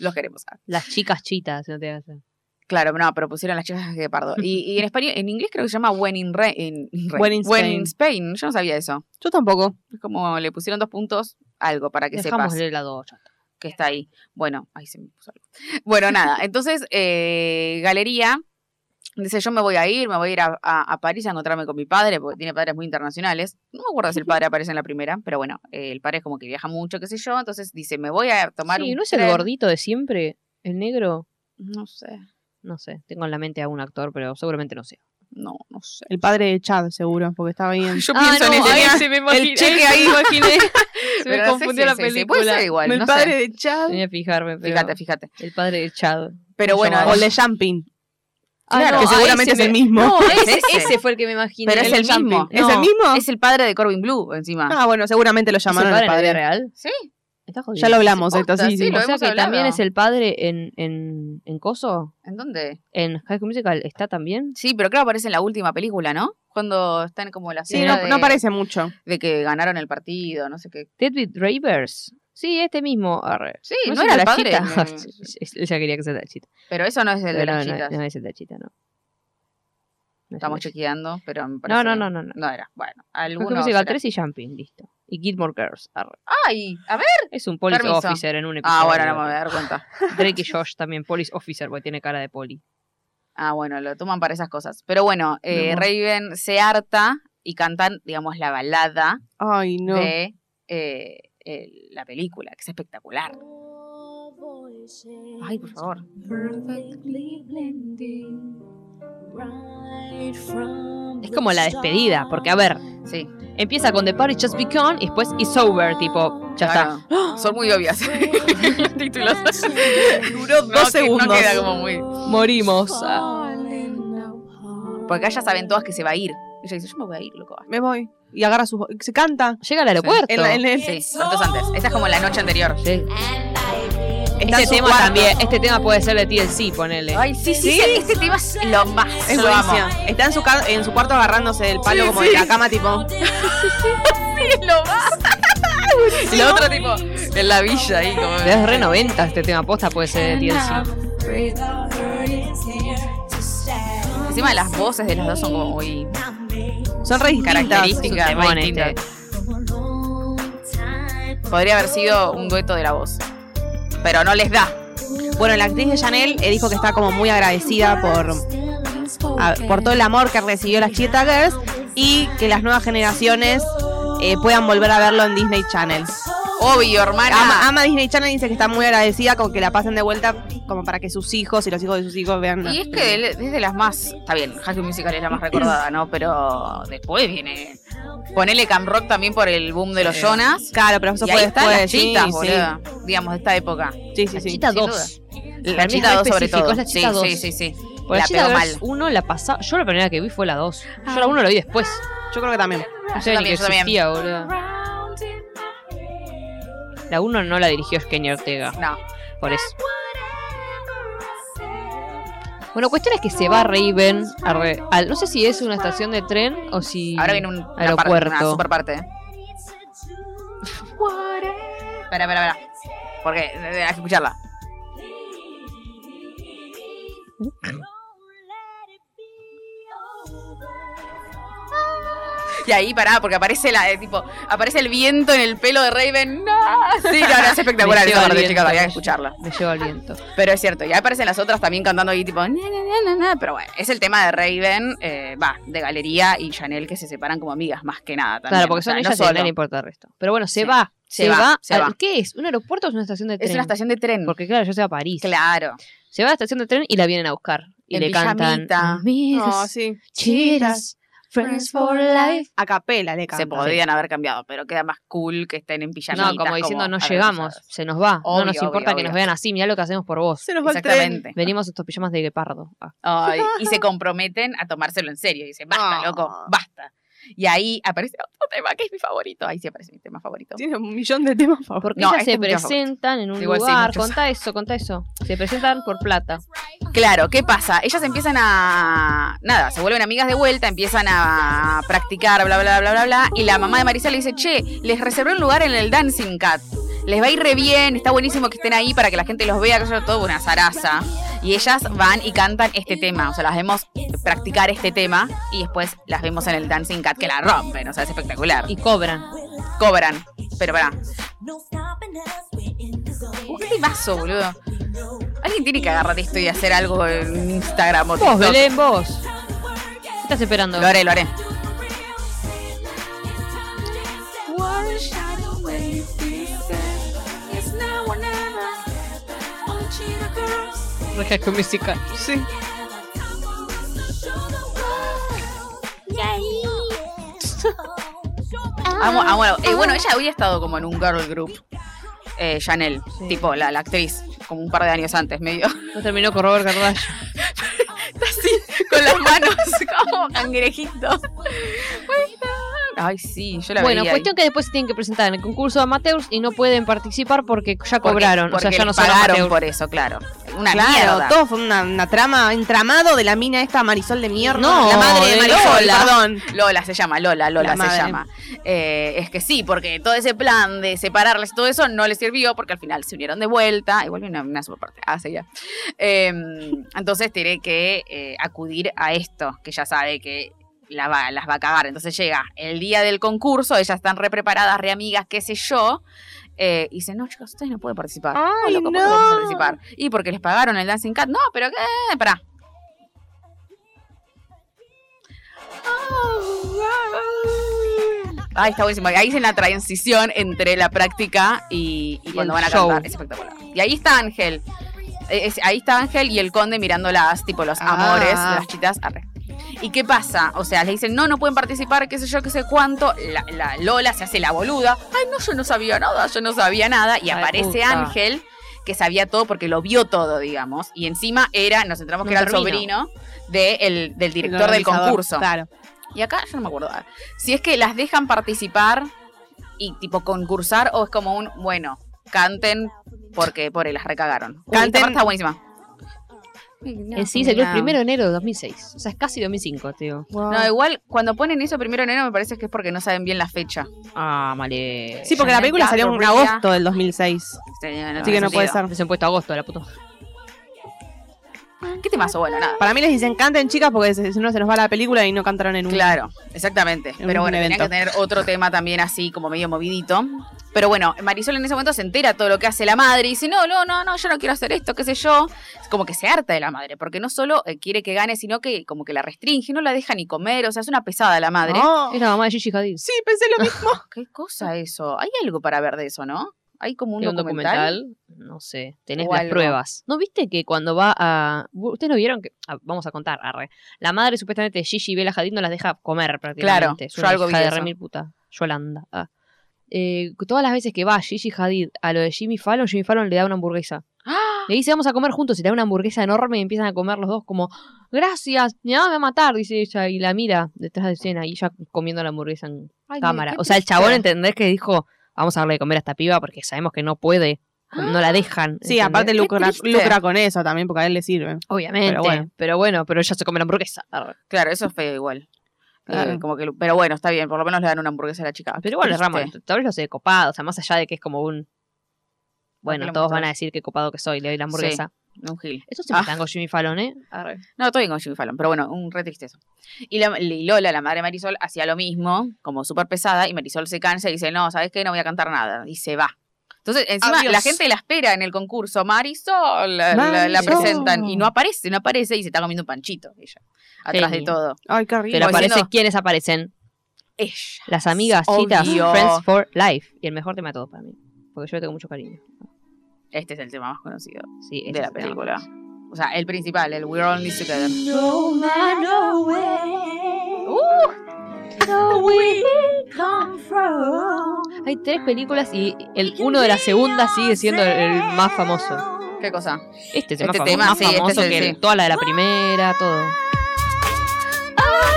S1: Los queremos.
S2: Las chicas chitas, no te hacen.
S1: Claro, no, pero pusieron Las Chicas Gepardo. Y, y en español, en inglés creo que se llama When in, Ra- in- in Ra-
S3: When in
S1: When
S3: Spain.
S1: in Spain. Yo no sabía eso.
S3: Yo tampoco.
S1: Es como le pusieron dos puntos, algo, para que sepas.
S2: Dejámosle la dos.
S1: que está ahí. Bueno, ahí se me puso algo. Bueno, nada, entonces eh, Galería dice, yo me voy a ir, me voy a ir a, a- a París a encontrarme con mi padre, porque tiene padres muy internacionales. No me acuerdo si el padre aparece en la primera, pero bueno, eh, el padre es como que viaja mucho, qué sé yo, entonces dice, me voy a tomar
S2: Sí,
S1: un
S2: ¿no es el
S1: tren".
S2: gordito de siempre? ¿El negro?
S1: No sé,
S2: No sé, tengo en la mente a un actor, pero seguramente no sea.
S1: no, no sé.
S3: El padre de Chad, seguro, porque estaba bien.
S1: Yo
S2: Ah,
S1: pienso
S2: no,
S1: en ese
S2: ay,
S1: día,
S2: se me
S1: el
S2: imaginé,
S1: cheque ahí.
S2: Se
S1: Pero
S2: me
S1: sí,
S2: confundió
S1: sí,
S2: la
S1: sí, sí, puede ser
S2: película.
S1: igual,
S3: el
S1: no sé.
S3: padre de Chad.
S2: Tenía que fijarme, pero
S1: Fíjate, fíjate.
S2: el padre de Chad.
S1: Pero bueno,
S2: llamaba?
S3: O Le Jumping.
S2: Ah,
S1: Claro,
S2: no,
S3: que
S2: a
S3: seguramente es
S2: ese
S3: el
S2: me-
S3: mismo.
S2: No, ese,
S1: Es ese.
S2: ese fue el que me imaginé.
S1: pero es el
S2: jumping.
S1: mismo.
S3: ¿Es el
S1: No,
S3: mismo?
S1: Es el padre de Corbin Blue, encima.
S3: Ah, bueno, seguramente lo
S2: ¿Es el
S3: llamaron
S2: padre
S3: al
S2: en la vida
S3: padre.
S2: real?
S1: Sí.
S2: Está jodido.
S3: Ya lo hablamos,
S1: Sí,
S3: esto
S1: posta,
S3: sí.
S1: sí,
S3: sí.
S1: lo-
S2: o sea
S1: hemos
S2: que
S1: hablado.
S2: también es el padre en, en, en Coso,
S1: ¿En dónde?
S2: en High School Musical, está también.
S1: Sí, pero claro, aparece en la última película, ¿no? Cuando están como la
S3: Sí,
S1: fiesta
S3: no,
S1: de,
S3: no parece mucho.
S1: de que ganaron el partido, no sé qué.
S2: David Ravers. Sí, este mismo. Arre.
S1: Sí,
S2: es
S1: no,
S2: el
S1: era el
S2: de la
S1: padre.
S2: chita.
S1: no, no, no.
S2: Ella quería que sea la chita.
S1: Pero eso no es el de
S2: Pero
S1: las
S2: no, no,
S1: chicas.
S2: no es el de la chita, no. No es el
S1: Estamos
S2: de la chita.
S1: chequeando, pero me parece
S2: No, no,
S1: que
S2: no, no. no.
S1: No era. Bueno,
S2: High
S1: alguno.
S2: School Musical
S1: será.
S2: 3 y Jumping, listo. Y Gilmore Girls. arre.
S1: Ay, a ver.
S2: Es un police
S1: Permiso.
S2: officer en un episodio.
S1: Ah, bueno, no me voy a dar cuenta.
S2: Drake y Josh también, police officer, porque tiene cara de poli.
S1: Ah, bueno, lo toman para esas cosas. Pero bueno, eh,
S2: amor.
S1: Raven se harta y cantan, digamos, la balada
S3: Ay, no.
S1: de eh, eh, la película, que es espectacular. Ay, por favor.
S4: Perfectly blending right from
S2: Es como la despedida, porque a ver,
S1: Sí,
S2: empieza con The Party Just Begun y después It's Over, tipo, ya está.
S1: claro. Son muy obvias. Títulos. Duró
S3: dos segundos.
S1: queda como muy.
S2: Morimos.
S1: Porque acá ya saben todas que se va a ir. Ella dice, yo me voy a ir, loco.
S3: Me voy. Y agarra su. Se canta.
S2: Llega al aeropuerto.
S3: En la- en el-
S1: Sí, cortos antes. Esta es como la noche anterior.
S2: Sí.
S3: Está en
S2: Este
S3: su
S2: tema
S3: cuarto.
S2: también, este tema puede ser de TLC, ponele.
S1: Ay, sí, sí, sí, Este tema es lo más.
S3: Es
S1: lo amo.
S3: buenísima. Está en su, ca- en su cuarto agarrándose del palo
S1: Sí,
S3: como
S1: sí.
S3: de la cama, tipo.
S1: Lo más. Y lo otro tipo, en la villa ahí. Como...
S2: Es re 90 este tema posta puede ser de TLC.
S1: Encima las voces de las dos son como muy
S3: Son re distintas.
S1: características.
S2: Es un
S1: muy
S2: temón
S1: distintas. Podría haber sido un dueto de la voz. Pero no les da.
S3: Bueno, la actriz de Chanel eh, dijo que está como muy agradecida por, a- por todo el amor que recibió las Cheetah Girls y que las nuevas generaciones eh, puedan volver a verlo en Disney Channel.
S1: Obvio, hermana.
S3: Ama, ama Disney Channel y dice que está muy agradecida con que la pasen de vuelta como para que sus hijos y los hijos de sus hijos vean.
S1: Y es que él es de las más. Está bien, High School Musical es la más recordada, ¿no? Pero después viene. Ponele Cam Rock también por el boom de los Jonas.
S3: Claro, pero eso
S1: Y
S3: fue
S1: ahí están
S3: después.
S1: las chitas,
S3: sí,
S1: boluda. Digamos, de esta época.
S3: sí, sí, sí,
S2: La
S3: sí.
S2: chita
S1: sin
S2: 2.
S1: La
S2: mí es
S1: chita
S2: re
S1: 2 sobre
S2: específico,
S1: todo.
S2: es la
S1: sí,
S2: chita dos.
S1: sí, sí, sí.
S2: Por
S1: la
S2: la
S1: pegó
S2: Cheetah
S1: mal.
S2: Girls 1 la pasaba. Yo la primera que vi fue la 2. Yo la 1 la vi después.
S3: Yo creo que también.
S2: No sé ni
S1: también,
S2: que
S1: yo también.
S2: existía, boludo. La 1 no la dirigió Kenny Ortega,
S1: No.
S2: por eso. Bueno, cuestión es que se va Raven a re- al- no sé si es una estación de tren o si
S1: Ahora viene un una parte-
S2: aeropuerto.
S1: una super parte. eh. Espera, espera, espera. Porque eh, hay que escucharla. Y ahí pará, porque aparece la, eh, tipo, aparece el viento en el pelo de Raven. ¡No! Sí, no, no, es espectacular
S2: Me
S1: esa
S2: lleva
S1: parte, chicas,
S2: el viento.
S1: había que escucharla.
S2: Me lleva el viento.
S1: Pero es cierto, y ahí aparecen las otras también cantando ahí tipo, "Na, na, na, na, na", pero bueno, es el tema de Raven, eh, va, de Galería y Chanel que se separan como amigas más que nada. También.
S2: Claro, porque
S1: O sea,
S2: son
S1: no
S2: ellas y
S1: solo.
S2: no le importa el resto. Pero bueno, se
S1: Sí.
S2: va.
S1: Se
S2: Se,
S1: va,
S2: va.
S1: se va.
S2: al- ¿Qué es? ¿Un aeropuerto o es una estación de tren?
S1: Es una estación de tren.
S2: Porque claro, yo sé a París.
S1: Claro.
S2: Se va a la estación de tren y la vienen a buscar. Y
S1: En
S2: le cantan.
S1: pijamita. Oh,
S2: Amigas,
S3: No, sí.
S2: chicas, friends for life.
S3: A capela le
S1: Se
S3: canta.
S1: podrían haber cambiado, pero queda más cool que estén en pijamitas.
S2: No, como diciendo, no
S1: haber
S2: llegamos,
S1: usado.
S2: se nos va.
S1: Obvio,
S2: no nos importa
S1: obvio,
S2: que nos
S1: obvio.
S2: vean así, mirá lo que hacemos por vos.
S3: Se nos va el tren.
S1: Exactamente.
S2: Venimos estos pijamas de guepardo. Ah.
S1: Ay, y se comprometen a tomárselo en serio. Dicen, basta,
S3: No.
S1: loco, basta. Y ahí aparece otro tema que es mi favorito. Ahí sí aparece mi tema favorito.
S3: Tiene un millón de temas favor.
S2: Porque
S1: No,
S2: ellas
S1: este
S2: se
S1: es mi tema
S2: presentan en un
S1: Igual sí,
S2: lugar.
S1: muchos.
S2: contá eso, contá eso. Se presentan por plata.
S1: Claro, ¿qué pasa? Ellas empiezan a. Nada, se vuelven amigas de vuelta, empiezan a practicar, bla, bla, bla, bla, bla. Y la mamá de Marisa le dice, che, les reservé un lugar en el Dancing Cat. Les va a ir re bien, está buenísimo que estén ahí para que la gente los vea, que yo todo una zaraza. Y ellas van y cantan este tema. O sea, las vemos practicar este tema y después las vemos en el Dancing Cat que la rompen. O sea, es espectacular.
S2: Y cobran.
S1: cobran. Pero pará. Un temazo, boludo. Alguien tiene que agarrar esto y hacer algo en Instagram o
S2: Vos,
S1: TikTok.
S2: Belén, vos. ¿Qué estás esperando?
S1: Lo haré, lo haré.
S2: Rejas con música.
S3: Sí.
S2: Ah.
S1: Amo, amo la- eh, bueno, ella había estado como en un girl group. Eh, Chanel,
S2: Sí.
S1: tipo la, la actriz, como un par de años antes, medio
S2: No terminó con Robert Kardashian.
S1: así, con las manos como cangrejito. Ay, sí, yo la
S2: Bueno,
S1: veía.
S2: cuestión que después se tienen que presentar en el concurso de amateurs y no pueden participar porque ya cobraron.
S1: porque
S2: o sea, ya no
S1: les
S2: son
S1: pagaron
S2: amateurs.
S1: por eso, claro. Una
S3: Claro,
S1: mierda.
S3: todo fue una, una trama, entramado de la mina esta Marisol de mierda.
S2: No,
S3: la madre de
S2: de
S3: Marisol,
S2: Lola.
S3: perdón.
S1: Lola se llama, Lola, Lola
S3: La
S1: se
S3: madre.
S1: llama. Eh, es que sí, porque todo ese plan de separarlas y todo eso no les sirvió porque al final se unieron de vuelta. Igual viene una, una super parte. Ah, sí, ya. Eh, entonces tiene que eh, acudir a esto, que ya sabe que la va- las va a cagar. Entonces llega el día del concurso, ellas están re preparadas, re amigas, qué sé yo. eh, y dicen, no, chicos, ustedes no pueden participar.
S3: Ay,
S1: loco, ¿por qué
S3: no.
S1: podemos participar? Y porque les pagaron el Dancing Cat. No, pero qué, pará. Ay, Ah, está buenísimo. Ahí es en la transición entre la práctica y, y
S2: Y
S1: cuando
S2: el
S1: van a
S2: show.
S1: cantar. Es espectacular. Y ahí está Ángel. Eh, es- ahí está Ángel y el conde mirándolas, tipo los
S3: Ah.
S1: amores de las chitas. Arre. ¿Y qué pasa? O sea, le dicen, no, no pueden participar, qué sé yo, qué sé cuánto. La, la Lola se hace la boluda. Ay, no, yo no sabía nada, yo no sabía nada. Y
S2: Ay,
S1: aparece
S2: puta.
S1: Ángel, que sabía todo porque lo vio todo, digamos. Y encima era, nos entramos que
S2: Un
S1: era el
S2: sobrino.
S1: sobrino de el- del
S3: El
S1: director del
S3: organizador,
S1: concurso.
S3: Claro.
S1: Y acá yo no me acuerdo. ah, Si es que las dejan participar y tipo concursar o es como un, bueno, canten porque por las recagaron. Uy, esta
S3: Canten.
S1: parte está buenísima.
S2: En Eh, sí, se creó el primero de enero de 2006. O sea, es casi 2005, tío.
S1: No, igual cuando ponen eso primero de enero me parece que es porque no saben bien la fecha.
S2: Ah, malé.
S3: Sí, porque la película salió en
S1: Gabriela.
S3: agosto del 2006.
S1: Sí, no
S3: Así
S1: tiene
S3: que no puede
S1: sentido.
S3: ser.
S2: Se han puesto agosto, la puta. madre.
S1: ¿Qué te pasó? Bueno, nada.
S3: Para mí les dicen canten chicas porque se- si no se nos va la película y no cantaron en un.
S1: Claro, exactamente. Pero
S3: un
S1: bueno, tenían
S3: evento.
S1: que tener otro tema también así, como medio movidito. Pero bueno, Marisol en ese momento se entera todo lo que hace la madre y dice, no, no, no, no, yo no quiero hacer esto, qué sé yo. Es como que se harta de la madre, porque no solo eh, quiere que gane, sino que como que la restringe, no la deja ni comer, o sea, es una pesada la madre.
S3: No.
S2: Es la mamá de Gigi Hadid.
S3: Sí, pensé lo mismo.
S1: ¿Qué cosa eso? Hay algo para ver de eso, ¿no? Hay como un
S2: ¿Tiene un
S1: documental.
S2: documental? No sé, tenés
S1: O
S2: las
S1: algo.
S2: pruebas. ¿No viste que cuando va a. Ustedes no vieron que. ah, vamos a contar, arre. La madre supuestamente de Gigi y Bella Hadid no las deja comer
S1: Claro,
S2: prácticamente. Es
S1: yo
S2: una
S1: algo
S2: hija
S1: vi
S2: de
S1: eso.
S2: remil puta. Yolanda. ah. Eh, todas las veces que va Gigi Hadid a lo de Jimmy Fallon, Jimmy Fallon le da una hamburguesa.
S1: ¡Ah!
S2: Le dice, vamos a comer juntos, y le da una hamburguesa enorme y empiezan a comer los dos como, gracias, mi mamá me va a matar, dice ella, y la mira detrás de escena, y ella comiendo la hamburguesa en
S1: Ay,
S2: cámara.
S1: qué
S2: O sea, el chabón,
S1: triste.
S2: ¿entendés? Que dijo, vamos a darle de comer a esta piba porque sabemos que no puede, no
S1: Ah.
S2: la dejan.
S3: Sí,
S2: ¿entendés?
S3: aparte lucra,
S1: triste.
S3: lucra con eso también porque a él le sirve.
S2: Obviamente,
S3: pero
S2: pero
S3: bueno.
S2: bueno, pero ella se come la hamburguesa. Ah, Arre.
S1: Claro, eso es feo igual. Eh,
S3: Claro.
S1: como que, pero bueno, está bien, por lo menos le dan una hamburguesa a la chica.
S2: Pero bueno,
S1: Qué
S2: Ramón,
S1: triste.
S2: tal vez lo sé, copado, o sea, más allá de que es como un...
S1: Porque
S2: Bueno,
S1: lo
S2: todos van
S1: mostrás.
S2: a decir que copado que soy, le doy la hamburguesa.
S1: Un gil.
S2: Eso siempre
S1: Ah.
S2: están con Jimmy Fallon, ¿eh? Arre.
S1: No, estoy bien con Jimmy Fallon, pero bueno, un re tristeza. Y, la- y Lola, la madre de Marisol, hacía lo mismo, como súper pesada, y Marisol se cansa y dice, no, ¿sabes qué? No voy a cantar nada. Y se va. Entonces, encima,
S3: Adiós.
S1: la gente la espera en el concurso. Marisol, la- La, la
S3: Marisol.
S1: presentan. Y no aparece, no aparece, y se está comiendo un panchito ella. Atrás de
S2: Genia.
S1: todo.
S3: Ay, qué rico.
S2: Pero
S1: Como
S2: aparece
S1: diciendo-
S2: quienes aparecen.
S1: Ella.
S2: Las amigas, citas,
S1: Obvio.
S2: Friends for Life. Y el mejor tema de todos para mí. Porque yo le tengo mucho cariño.
S1: Este es el tema más conocido
S2: Sí, ese
S1: de
S2: es
S1: la
S2: el tema.
S1: película. O sea, el principal, el We're Only Together.
S4: No matter where
S2: Uh.
S4: we come from.
S2: Hay tres películas y el uno de la segunda sigue siendo el, el más famoso.
S4: Oh,
S1: ¿Qué cosa?
S2: Este es
S1: Este
S2: el más famo-
S1: tema,
S2: más
S1: sí, este
S2: famoso
S1: es el-
S2: que
S1: sí.
S2: toda la de la primera, todo.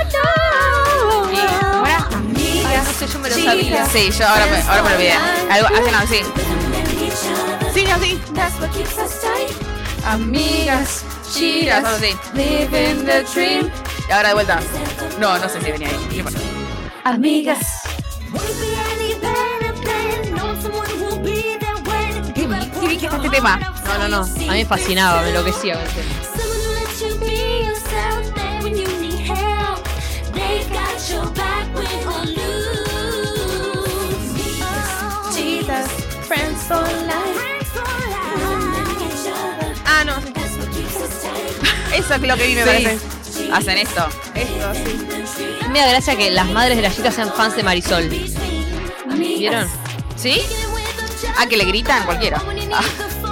S1: Sí. ¿Cómo era?
S2: no sé, yo me
S1: Lo sabía. Sí, yo ahora me, ahora me olvidé. Algo, hacen así.
S3: Sí, así.
S4: That's what keeps us tight.
S1: Amigas, chicas, algo así. Living the dream. Y ahora de vuelta. No, no sé si venía ahí. No importa.
S4: Amigas. Won't be any better than know someone who'll be there when
S1: Qué
S4: you
S1: vi-
S4: put
S1: qué vi que está este
S4: your
S1: tema.
S4: heart out,
S2: No, no, no.
S4: so you
S2: A mí me
S4: see
S2: fascinaba, me
S4: through.
S2: enloquecía con el tema.
S4: Someone who lets you be yourself there when you need help. They got your back win or lose. Oh.
S3: Chicas, friends for life.
S4: Friends for life. Loving each other.
S3: Ah, no, sí.
S4: That's what keeps us tight.
S1: Eso es lo que vi, me
S3: Sí.
S1: parece. Hacen esto.
S3: Esto, sí.
S2: Me da gracia que las madres de las chicas sean fans de Marisol. ¿Vieron?
S1: ¿Sí? Ah, que le gritan cualquiera. Ah,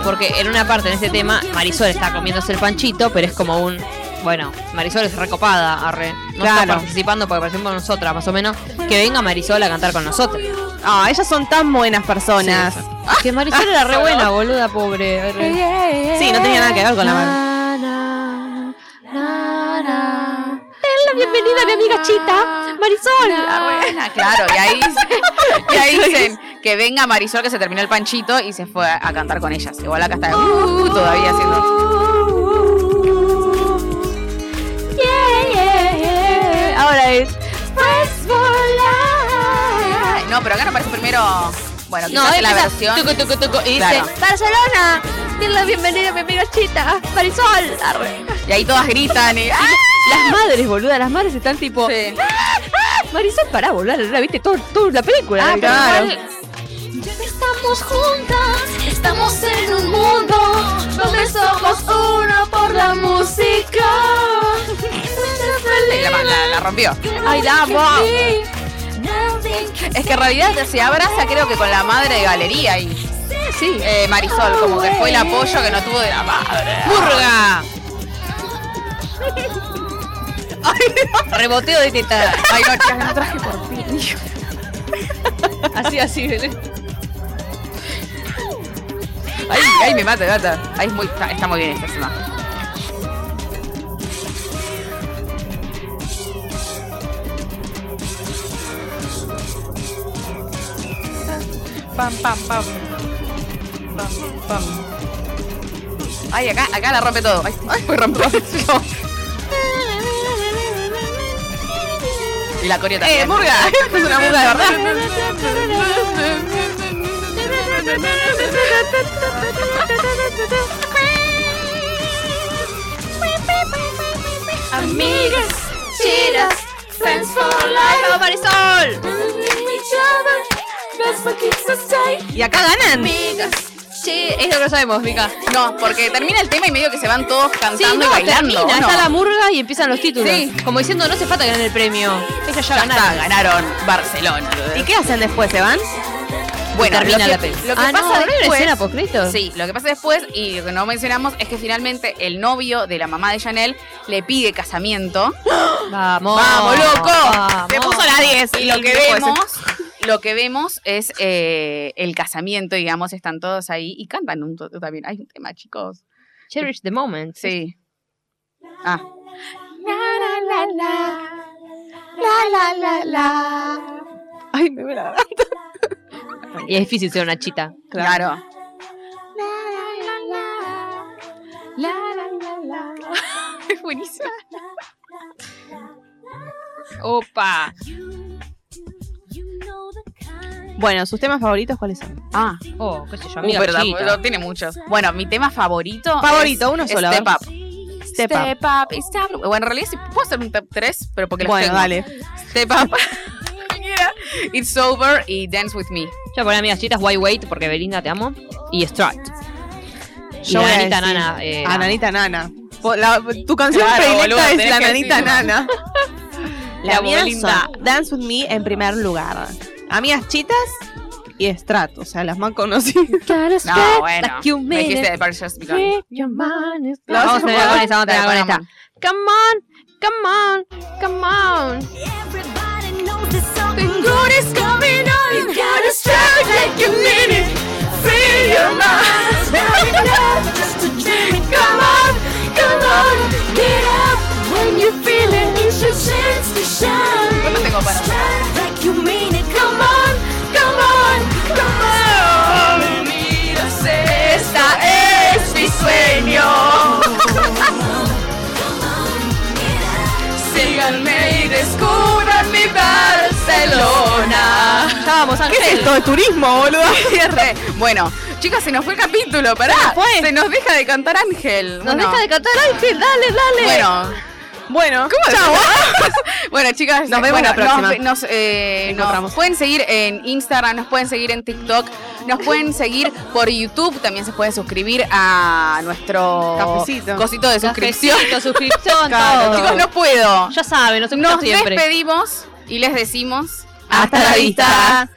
S2: Porque en una parte de este tema, Marisol está comiéndose el panchito, pero es como un. Bueno, Marisol es recopada, arre. No está
S3: Claro.
S2: participando porque parecemos nosotras, más o menos. Que venga Marisol a cantar con nosotros.
S3: Ah, ellas son tan buenas personas.
S2: Que Marisol era re buena, boluda, pobre. arre.
S3: Sí, no tenía nada que ver con la madre.
S2: Denle la bienvenida a mi amiga Chita, Marisol. arre.
S1: Ah, claro, y ahí, y ahí dicen que venga Marisol que se terminó el panchito y se fue a cantar con ellas. Igual acá está uh, todavía haciendo.
S2: Ahora es. "Pues
S1: Ay, No, pero acá no aparece primero. Bueno,
S2: No,
S1: quizás en la
S2: empieza,
S1: versión.
S2: tucu, tucu, tucu, y dice,
S1: Claro.
S2: Barcelona, denle la bienvenida a mi amiga Chita, Marisol. Arre.
S1: Y ahí todas gritan y. ¡Ah!
S2: Las madres, boluda, las madres están tipo, "Ah,
S1: Sí.
S2: Marisol, pará, boluda, la viste toda la película.
S1: Ah,
S2: la viste.
S1: pero
S2: Claro.
S1: igual-
S4: Ya que estamos juntas, estamos en un mundo donde somos uno por la música.
S1: La, la- la rompió.
S2: Ay, la amo.
S1: Es que en realidad se abraza, creo que con la madre de Galería y
S2: Sí.
S1: eh, Marisol, como que fue el apoyo que no tuvo de la madre.
S2: ¡Burga! Reboteo de teta.
S1: Ay, no, chicas, no traje por ti.
S2: Así, así,
S1: Ay, ay, me mata, me mata. Ay, es muy, está, está muy bien este esta semana. Pam, pam, pam. Pam, pam. Ay, acá, acá la rompe todo. Ay, ay voy a romper. No. Y la coreo también.
S3: ¡Eh, murga! Esto es una murga de verdad.
S4: Amigas, chidas, friends for life.
S2: ¡Vamos, Marisol!
S4: Loving each other, that's what keeps us tight.
S3: Y acá ganan.
S2: Sí, eso lo sabemos, Mica.
S1: No, porque termina el tema y medio que se van todos
S2: Sí,
S1: cantando
S2: no,
S1: y bailando.
S2: termina,
S1: ¿o no?
S2: está la murga y empiezan los títulos.
S1: Sí.
S2: Como diciendo, no hace falta ganar el premio.
S1: Ya
S2: Ella ya
S1: está,
S2: ganaron.
S1: ganaron Barcelona.
S3: ¿Y qué hacen después? ¿Se van?
S1: Bueno,
S2: termina
S1: lo que,
S2: la peli.
S1: lo que
S2: ah, no,
S1: pasa
S2: ¿no hay una
S1: después,
S2: escena poscrito?
S1: Sí, lo que pasa después, y lo que no mencionamos, es que finalmente el novio de la mamá de Chanel le pide casamiento.
S2: Vamos.
S1: ¡Vamos, loco!
S2: Oh, vamos.
S1: Se puso las 10. Y lo que
S3: después-
S1: vemos, lo que vemos es eh, el casamiento, digamos, están todos ahí y cantan un to- también. Hay un tema, chicos.
S2: Cherish the moment.
S1: Sí. Ah.
S3: Ay, me voy a
S2: Y es difícil ser una chita.
S1: Claro. Es buenísimo.
S2: Opa.
S3: Bueno, ¿sus temas favoritos cuáles son?
S1: Ah,
S2: Oh, qué sé yo,
S1: Uh,
S2: amiga
S1: pero
S2: chiquita.
S1: tampoco- tiene muchos. Bueno, mi tema favorito.
S3: Favorito,
S1: es
S3: uno solo, a
S1: Step
S3: ver.
S1: Up.
S3: Step Up.
S1: y Step Up. Bueno, en realidad sí puedo hacer un top 3, pero porque los
S3: Bueno,
S1: tengo.
S3: dale.
S1: Step Up. Cualquiera. It's Over y Dance With Me.
S2: Yo poner amigas chitas, Why Wait, porque Belinda te amo. Y Strut. Y
S3: Yo voy a
S2: Nanita
S3: decir-
S2: Nana. eh,
S3: A Ah, Nanita Nana. Po- la- tu canción
S1: Claro,
S3: predilecta
S1: boluda,
S3: es
S1: tenés
S3: La
S1: que
S3: Nanita
S1: decirlo.
S3: Nana.
S1: Te
S3: La
S1: amo,
S3: mía
S1: Belinda.
S3: son Dance With Me en primer lugar. Amigas Chitas y Strat, o sea, las más conocidas.
S1: No, bueno.
S2: you
S1: Me
S2: mean
S1: dijiste
S2: it.
S1: de Paris Just Begun.
S2: Free your mind is-
S3: La
S2: Vamos a
S3: vas a
S2: terminar con
S3: jugar.
S2: esta, vamos a terminar con
S1: Dale,
S2: esta. Come on, come on, come on.
S4: Everybody knows that something good is coming on. You gotta strive like you mean it. Free your mind. Not enough just to dream it. Come on, come on. Get up when you feel it. It's your chance to shine.
S1: ¿Cuánto tengo para-
S4: Strive like you mean it. Come on, come on, come on.
S1: Esta es mi sueño. Síganme y descubran mi Barcelona.
S2: Ya vamos,
S3: ¿Qué es
S2: Ángel.
S3: esto? de turismo, boludo?
S1: Cierre. Bueno, chicas, se nos fue el capítulo, pará. Se, nos deja de cantar Ángel.
S2: Nos deja de cantar Ángel, dale, dale.
S1: Bueno,
S3: Bueno,
S1: chao. bueno, chicas,
S3: Nos vemos
S1: bueno,
S3: la próxima.
S1: Nos, nos, eh, nos
S3: Encontramos.
S1: pueden seguir en Instagram, nos pueden seguir en TikTok, nos pueden seguir por YouTube. También se pueden suscribir a nuestro
S3: Cafecito.
S1: cosito de suscripción.
S2: Cafecito, suscripción,
S3: Claro,
S2: todo.
S1: Chicos, no puedo.
S2: Ya saben, nos escuchamos
S1: Nos
S2: siempre.
S1: despedimos y les decimos
S3: Hasta la vista.